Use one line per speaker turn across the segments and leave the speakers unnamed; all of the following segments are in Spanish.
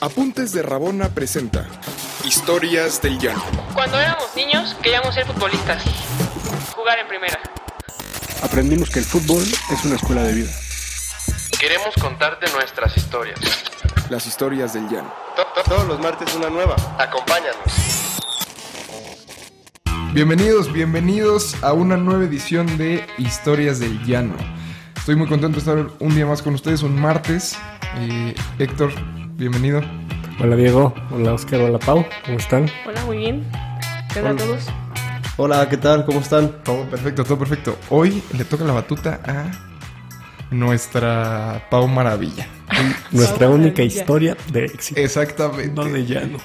Apuntes de Rabona presenta Historias del Llano.
Cuando éramos niños queríamos ser futbolistas, jugar en primera.
Aprendimos que el fútbol es una escuela de vida.
Queremos contarte nuestras historias.
Las historias del Llano.
Todos los martes una nueva. Acompáñanos.
Bienvenidos, bienvenidos a una nueva edición de Historias del Llano. Estoy muy contento de estar un día más con ustedes, un martes. Eh, Héctor, bienvenido.
Hola Diego, hola Oscar, hola Pau, ¿cómo están?
Hola, muy bien. ¿Qué tal a todos?
Hola, ¿qué tal? ¿Cómo están?
Todo perfecto, todo perfecto. Hoy le toca la batuta a nuestra Pau Maravilla.
Nuestra única historia de éxito.
Exactamente.
Eh, No de llano.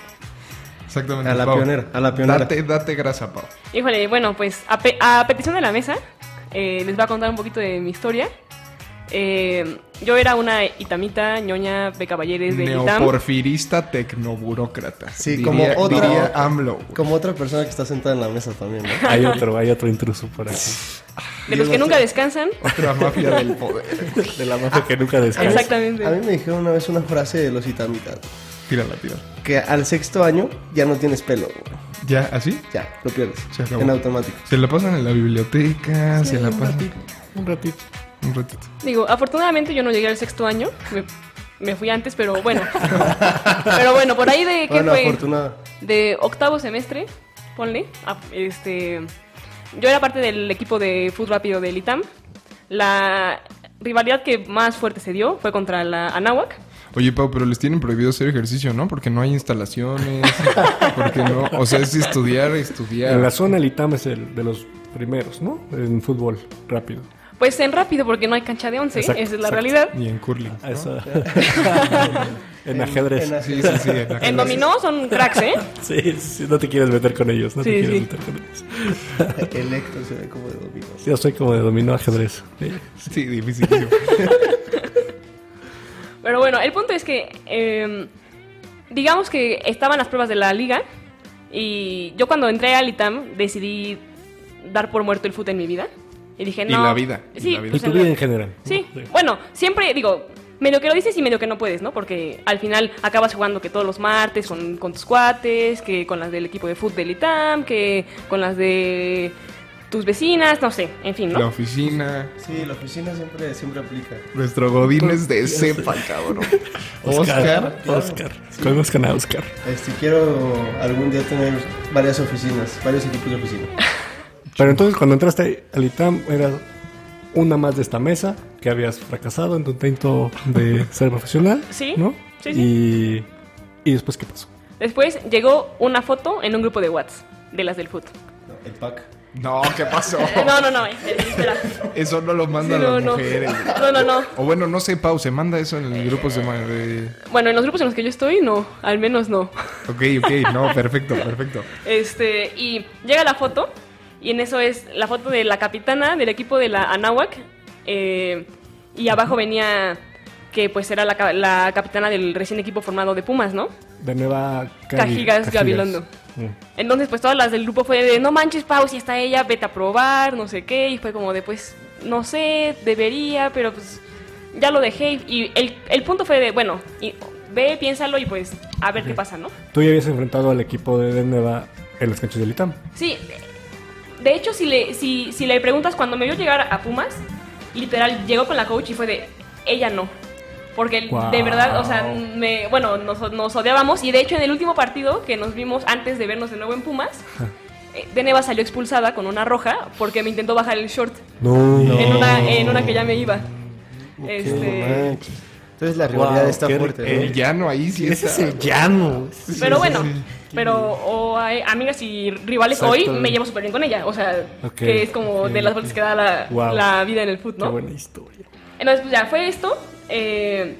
Exactamente.
A la
Pau.
pionera, a la pionera.
Date, date grasa, Pau.
Híjole, bueno, pues a, pe- a petición de la mesa, eh, les voy a contar un poquito de mi historia. Eh, yo era una itamita, ñoña, de caballeres de Itam.
Neoporfirista tecnoburócrata.
Sí,
Diría-
como otra-
Diría AMLO. güey.
Como otra persona que está sentada en la mesa también, ¿no?
Hay otro, hay otro intruso por aquí.
De los que nunca descansan.
Otra mafia del poder. güey.
Ah, De la mafia que nunca descansa.
Exactamente.
A mí me dijeron una vez una frase de los itamitas.
Tírala, tírala.
Que al sexto año ya no tienes pelo, güey.
¿Ya? ¿Así?
Ya, lo pierdes.
Se acabó.
En automático.
Se la pasan en la biblioteca, se la pasan.
Un ratito.
Un ratito.
Digo, afortunadamente yo no llegué al sexto año. Me, me fui antes, pero bueno. pero bueno, por ahí de qué
Bueno,
fue.
afortunada.
de octavo semestre, ponle. a- este, yo era parte del equipo de fútbol rápido del ITAM. La rivalidad que más fuerte se dio fue contra la Anáhuac.
Oye, Pau, pero les tienen prohibido hacer ejercicio, ¿no? Porque no hay instalaciones, porque no... O sea, es estudiar, estudiar.
En la zona el ITAM es el de los primeros, ¿no? En fútbol, rápido.
Pues en rápido, porque no hay cancha de once,
Exacto,
esa es la
exacto.
realidad.
Y en curling.
A esa- en ajedrez.
En la-
Sí, sí, sí. en la
En
clase.
dominó son cracks, ¿eh?
Sí, sí, no te quieres meter con ellos, no te
Sí,
quieres
sí.
meter con ellos.
El Héctor se ve como de domingo.
Yo soy como de dominó ajedrez. Sí.
Sí, difícil.
Pero bueno, el punto es que, eh, digamos que estaban las pruebas de la liga y yo cuando entré al ITAM decidí dar por muerto el fútbol en mi vida. Y dije,
Y
no.
la vida, y
Sí,
la vida.
Y
pues
tu
en la-
vida en general.
Sí, bueno, siempre digo, medio que lo dices y medio que no puedes, ¿no? Porque al final acabas jugando que todos los martes con, con tus cuates, que con las del equipo de fútbol del ITAM, que con las de tus vecinas, no sé, en fin, ¿no?
La oficina.
Sí, la oficina siempre, siempre aplica.
Nuestro Godín es de cepa, cabrón. Oscar.
Oscar. Conozcan a Oscar.
Este, quiero algún día tener varias oficinas, varios equipos de oficina.
Pero entonces cuando entraste al ITAM era una más de esta mesa que habías fracasado en tu intento de ser profesional.
Sí,
¿no?
sí,
Y, y después qué pasó.
Después llegó una foto en un grupo de WhatsApp, de las del fútbol.
No, el pack.
No, ¿qué pasó?
No, no, no, eh, espera.
Eso no lo
Sí,
mandan
no,
Oh. las
no.
mujeres. güey.
No, no, no.
O bueno, no sé, Pau, se manda eso en el grupo de... ma- de-
Bueno, en los grupos en los que yo estoy, no, al menos no.
Ok, ok, no, perfecto, perfecto.
Este, y llega la foto, y en eso es la foto de la capitana del equipo de la Anáhuac, eh, y abajo venía que pues era la, ca- la capitana del recién equipo formado de Pumas, ¿no?
De nueva Cari-
Cajigas Gabilondo.
Mm.
Entonces pues todas las del grupo fue de, no manches Pau, si está ella, vete a probar, no sé qué, y fue como de, pues, no sé, debería, pero pues ya lo dejé, y el, el punto fue de, bueno, y, ve, piénsalo y pues a ver qué pasa, ¿no?
Tú ya habías enfrentado al equipo de, de nueva en las canchas del ITAM.
Sí, de hecho, si le, si, si le preguntas cuando me vio llegar a Pumas, literal, llegó con la coach y fue de, ella no. Porque
Guau.
de verdad, o sea, me, bueno, nos, nos odiábamos y de hecho en el último partido que nos vimos antes de vernos de nuevo en Pumas, eh, De Neva salió expulsada con una roja porque me intentó bajar el short
No.
en, una, en una que ya me iba. Este,
Entonces la rivalidad
Wow,
está
qué
fuerte. ¿no?
El llano ahí sí está...
Ese es el llano.
pero bueno, pero o hay amigas y rivales hoy
Exacto.
me llevo súper bien con ella. O sea,
Ok,
que es como de
ok,
las vueltas que da la,
Guau.
la vida en el fútbol, ¿no?
Qué buena historia.
Entonces, pues ya fue esto. eh,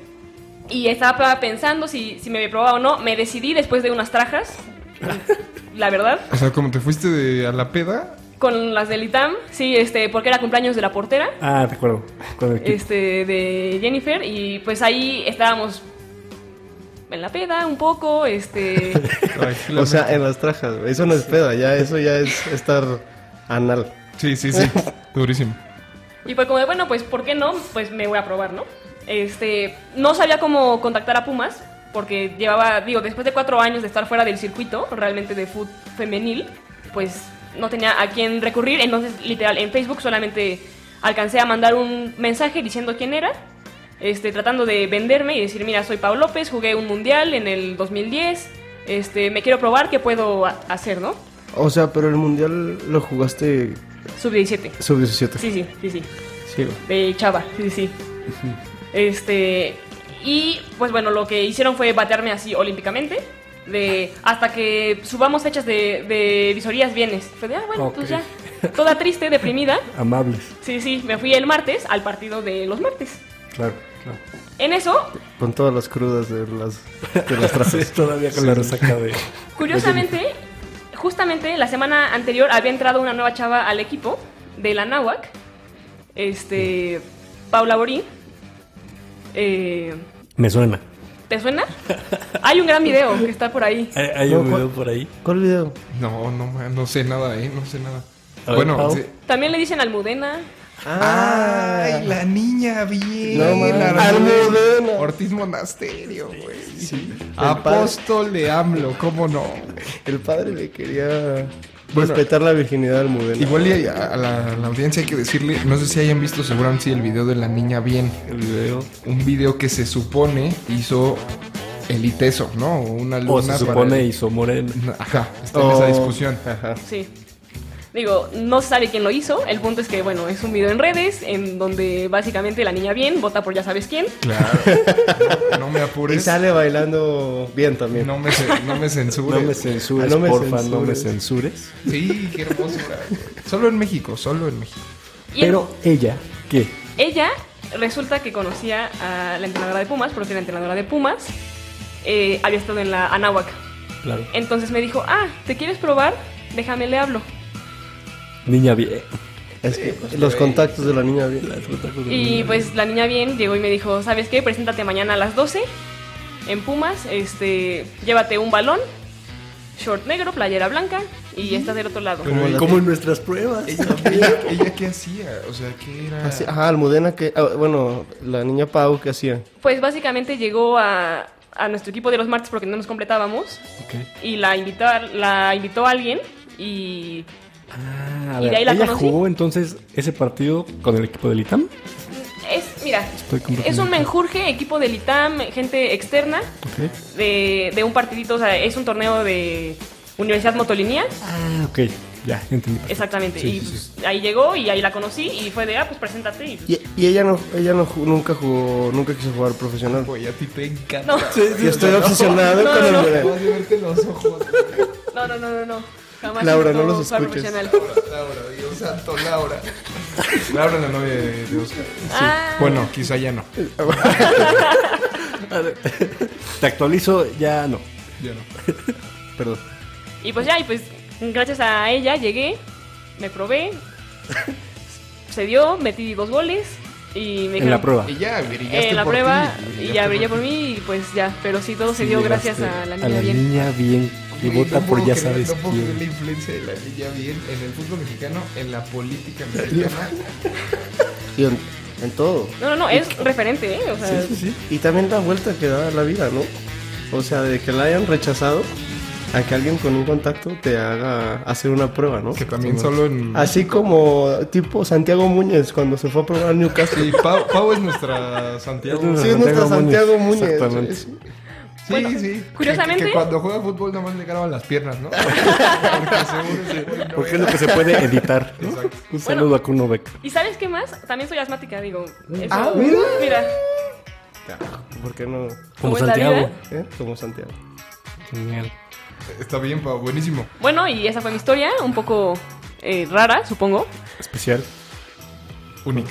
y estaba pensando si, si me probaba o no. Me decidí después de unas trajas, la verdad,
O sea, como te fuiste de- a la peda,
con las del ITAM. Sí, este, porque era cumpleaños de la portera,
Ah, te acuerdo. Con el equipo.
este, de Jennifer. Y pues ahí estábamos en la peda un poco, este...
O sea,
eh.
en las trajas, güey. Eso no es peda, ya eso ya es estar anal.
Sí, sí, sí. Durísimo.
Y fue como de, bueno, pues, ¿por qué no? Pues me voy a probar, ¿no? Este, no sabía cómo contactar a Pumas. porque llevaba, digo, después de cuatro años de estar fuera del circuito, realmente de fútbol femenil, pues no tenía a quién recurrir, entonces literal en Facebook solamente alcancé a mandar un mensaje diciendo quién era, este, tratando de venderme y decir, mira, soy Pau López, jugué un mundial en el 2010, este, me quiero probar qué puedo ha- hacer, ¿no?
O sea, pero el mundial lo jugaste
Sub-17.
sub-17.
Sí, sí, sí, sí.
Sí, güey.
de Chava, sí, sí. Este, y pues bueno, lo que hicieron fue batearme así olímpicamente. De, hasta que subamos fechas de, de visorías bienes. Fue de, ah, bueno, pues
Ok.
ya. Toda triste, deprimida.
Amables,
Sí, sí, me fui el martes al partido de los martes.
claro, claro.
En eso,
Con todas las crudas de las, de las
Sí,
trajes.
todavía con la resaca de...
curiosamente, justamente la semana anterior había entrado una nueva chava al equipo de la Náhuac. Este, Paula Borí. Eh,
Me suena.
¿Te suena? Hay un gran video que está por ahí.
Hay, hay
No,
un
¿cuál?
video por ahí.
¿Cuál video?
No, no, ma- no sé nada, ¿eh? No sé nada.
A ver,
bueno,
Pau.
sí.
También le dicen Almudena.
Ah,
Ay, la niña, bien.
No, man.
Armando
Almudena.
Ortiz Monasterio, güey. Apóstol de AMLO, ¿cómo no?
El padre le quería
Bueno.
respetar la virginidad al Mudena.
Igual y a, a la, a la audiencia hay que decirle, no sé si hayan visto seguramente sí, el video de la niña bien.
El video.
Un video que se supone hizo el ITESO, ¿no? Una alumna
O se
para-
supone hizo Morena.
Ajá, está en esa
Oh.
discusión.
Ajá.
Sí. Digo, no se sabe quién lo hizo. El punto es que, bueno, es un video en redes en donde básicamente la niña bien vota por ya sabes quién.
Claro. No me
Y
apures.
sale bailando bien también.
No me, ce- no me
No
censures.
me censures,
Ah, no me
porfa, no me censures.
censures.
Sí, qué hermosura. güey. Solo en México, solo en México.
Y
Pero ella, ¿qué?
ella resulta que conocía a la entrenadora de Pumas, porque la entrenadora de Pumas eh, había estado en la Anáhuac.
Claro.
Entonces me dijo, ah, ¿te quieres probar? Déjame le hablo.
Niña bien.
Es que
pues,
los contactos de la niña bien.
Y pues la niña bien llegó y me dijo, ¿sabes qué? Preséntate mañana a las 12 en Pumas, este, llévate un balón, short negro, playera blanca y estás del otro lado.
Pero
Como en nuestras pruebas.
ella, ella qué hacía, o sea, qué era.
Ah,
Así- Ah, ajá, Almudena que... ah, bueno, la niña Pau que hacía.
Pues básicamente llegó a, a nuestro equipo de los martes porque no nos completábamos y la invitó, a- la invitó a alguien y
Ah, a
Y de
ver,
ahí la
ella
conocí.
jugó entonces ese partido con el equipo del ITAM.
es, mira,
Estoy completamente-
es un menjurje, equipo del ITAM, gente externa
Ok.
de, de un partidito, o sea, es un torneo de Universidad Motolinía.
Ah, ok. Ya, entendí.
Exactamente.
Sí,
y
sí,
pues, ahí llegó y ahí la conocí y fue de, ah, pues preséntate. Y, pues,
Y, y ella no, ella no ju- nunca jugó, nunca quiso jugar profesional.
Güey, a ti te encanta.
no.
Yo estoy obsesionado
No,
con
no, no.
Almudena.
Vas a verte los ojos.
no, no, no, no, no. Jamás
Laura, no
intentó
los
jugar
escuches.
profesional.
Laura, Dios santo, Laura. Laura es la novia de, de Oscar.
Ah,
Bueno, quizá ya no.
Te actualizo, ya no.
Ya no.
Perdón.
Y pues ya, y pues gracias a ella llegué, me probé, se dio, metí dos goles y me
En la
dijeron,
prueba.
Y ya brillaste
eh, en la
por
prueba
ti,
y
brillaste
ya brillé
ti.
por mí y pues ya, pero sí todo se
Sí,
dio
llegaste
gracias a la
A
niña
la
bien.
niña bien. Y
Güey,
vota
no
por
puedo
ya
creer,
sabes
No puedo creer la
quién.
influencia de la niña bien en el fútbol mexicano, en la política mexicana.
Y en, en todo.
No, no, no, es referente, ¿eh? O sea,
Y también la vuelta que da la vida, ¿no? O sea, de que la hayan rechazado a que alguien con un contacto te haga hacer una prueba, ¿no?
que también solo en.
Ah,
Así como tipo Santiago Múñez cuando se fue a probar a Newcastle.
Sí, Pau, Pau es nuestra Santiago.
Sí, es nuestro Santiago Muñez.
Exactamente.
Es-
Sí, sí.
curiosamente-
Que, que cuando juega fútbol nomás le graban las piernas, ¿no? Porque seguro ese güey no
Porque es
era.
lo que se puede editar. ¿no?
Exacto.
Un saludo a Kuno Beck.
¿y sabes qué más? También soy asmática, digo. eso-
Ah, mira.
mira.
¿Por qué no?
Como
¿Cómo es la
Santiago.
vida?
¿Eh? Como Santiago.
Genial.
Está bien, Pau, buenísimo.
Bueno, y esa fue mi historia, un poco eh, rara, supongo.
Especial.
Único.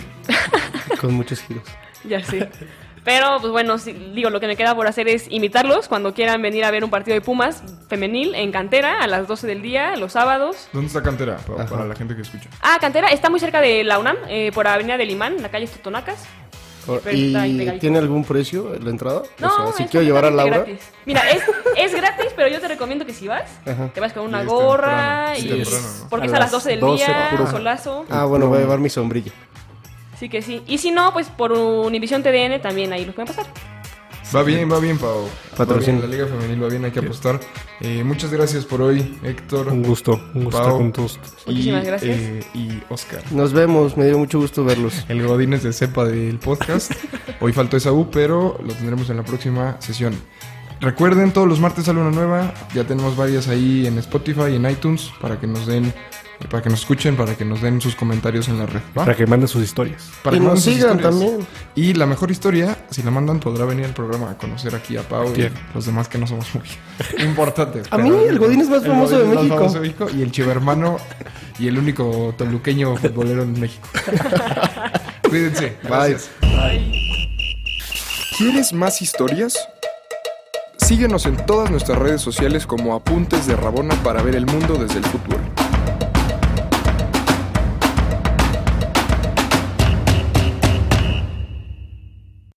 Con muchos giros.
Ya sé. Pero, pues bueno, sí, digo, lo que me queda por hacer es imitarlos cuando quieran venir a ver un partido de Pumas femenil en Cantera a las 12 del día, los sábados.
¿Dónde está Cantera, Pau,
Ajá.
para la gente que escucha?
Ah, Cantera está muy cerca de la UNAM, eh, por Avenida del Imán, la calle Totonacas. Pero
¿Y
está integral.
tiene algún precio la entrada?
No,
o sea, si
es
quiero llevar a
totalmente
Laura.
gratis. Mira, es, es gratis, pero yo te recomiendo que si vas,
Ajá.
te vas con
Y
una
es
gorra
temprano,
y...
es temprano, ¿no?
A
Porque es a las
las
12 del
12,
día,
puro-
solazo.
Ah, bueno, voy a llevar mi sombrilla.
Sí que sí. Y si no, pues por Univisión TDN también ahí los pueden pasar.
Va bien, va bien, Pau.
Patrocina.
Va bien, La Liga Femenil va bien, hay que apostar. Eh, muchas gracias por hoy, Héctor.
Un gusto, un gusto estar
Pau.
con todos.
y,
Muchísimas gracias.
eh, y Oscar.
Nos vemos, me dio mucho gusto verlos.
El Godínez de cepa del podcast. Hoy faltó Esaú, pero lo tendremos en la próxima sesión. Recuerden, todos los martes sale una nueva. Ya tenemos varias ahí en Spotify, en iTunes, para que nos den, para que nos escuchen, para que nos den sus comentarios en la red. ¿va?
Para que manden sus historias.
Para
Y
que
nos
manden sus
sigan
historias.
también.
Y la mejor historia, si la mandan, podrá venir al programa a conocer aquí a Pau y
Bien.
los demás que no somos muy importantes.
A
pero-
mí, el Godín es más
el
famoso de
Godín es más
México.
famoso de México y el chivermano y el único toluqueño futbolero en México. Cuídense. Bye.
¿Quieres más historias? Síguenos en todas nuestras redes sociales como Apuntes de Rabona para ver el mundo desde el fútbol.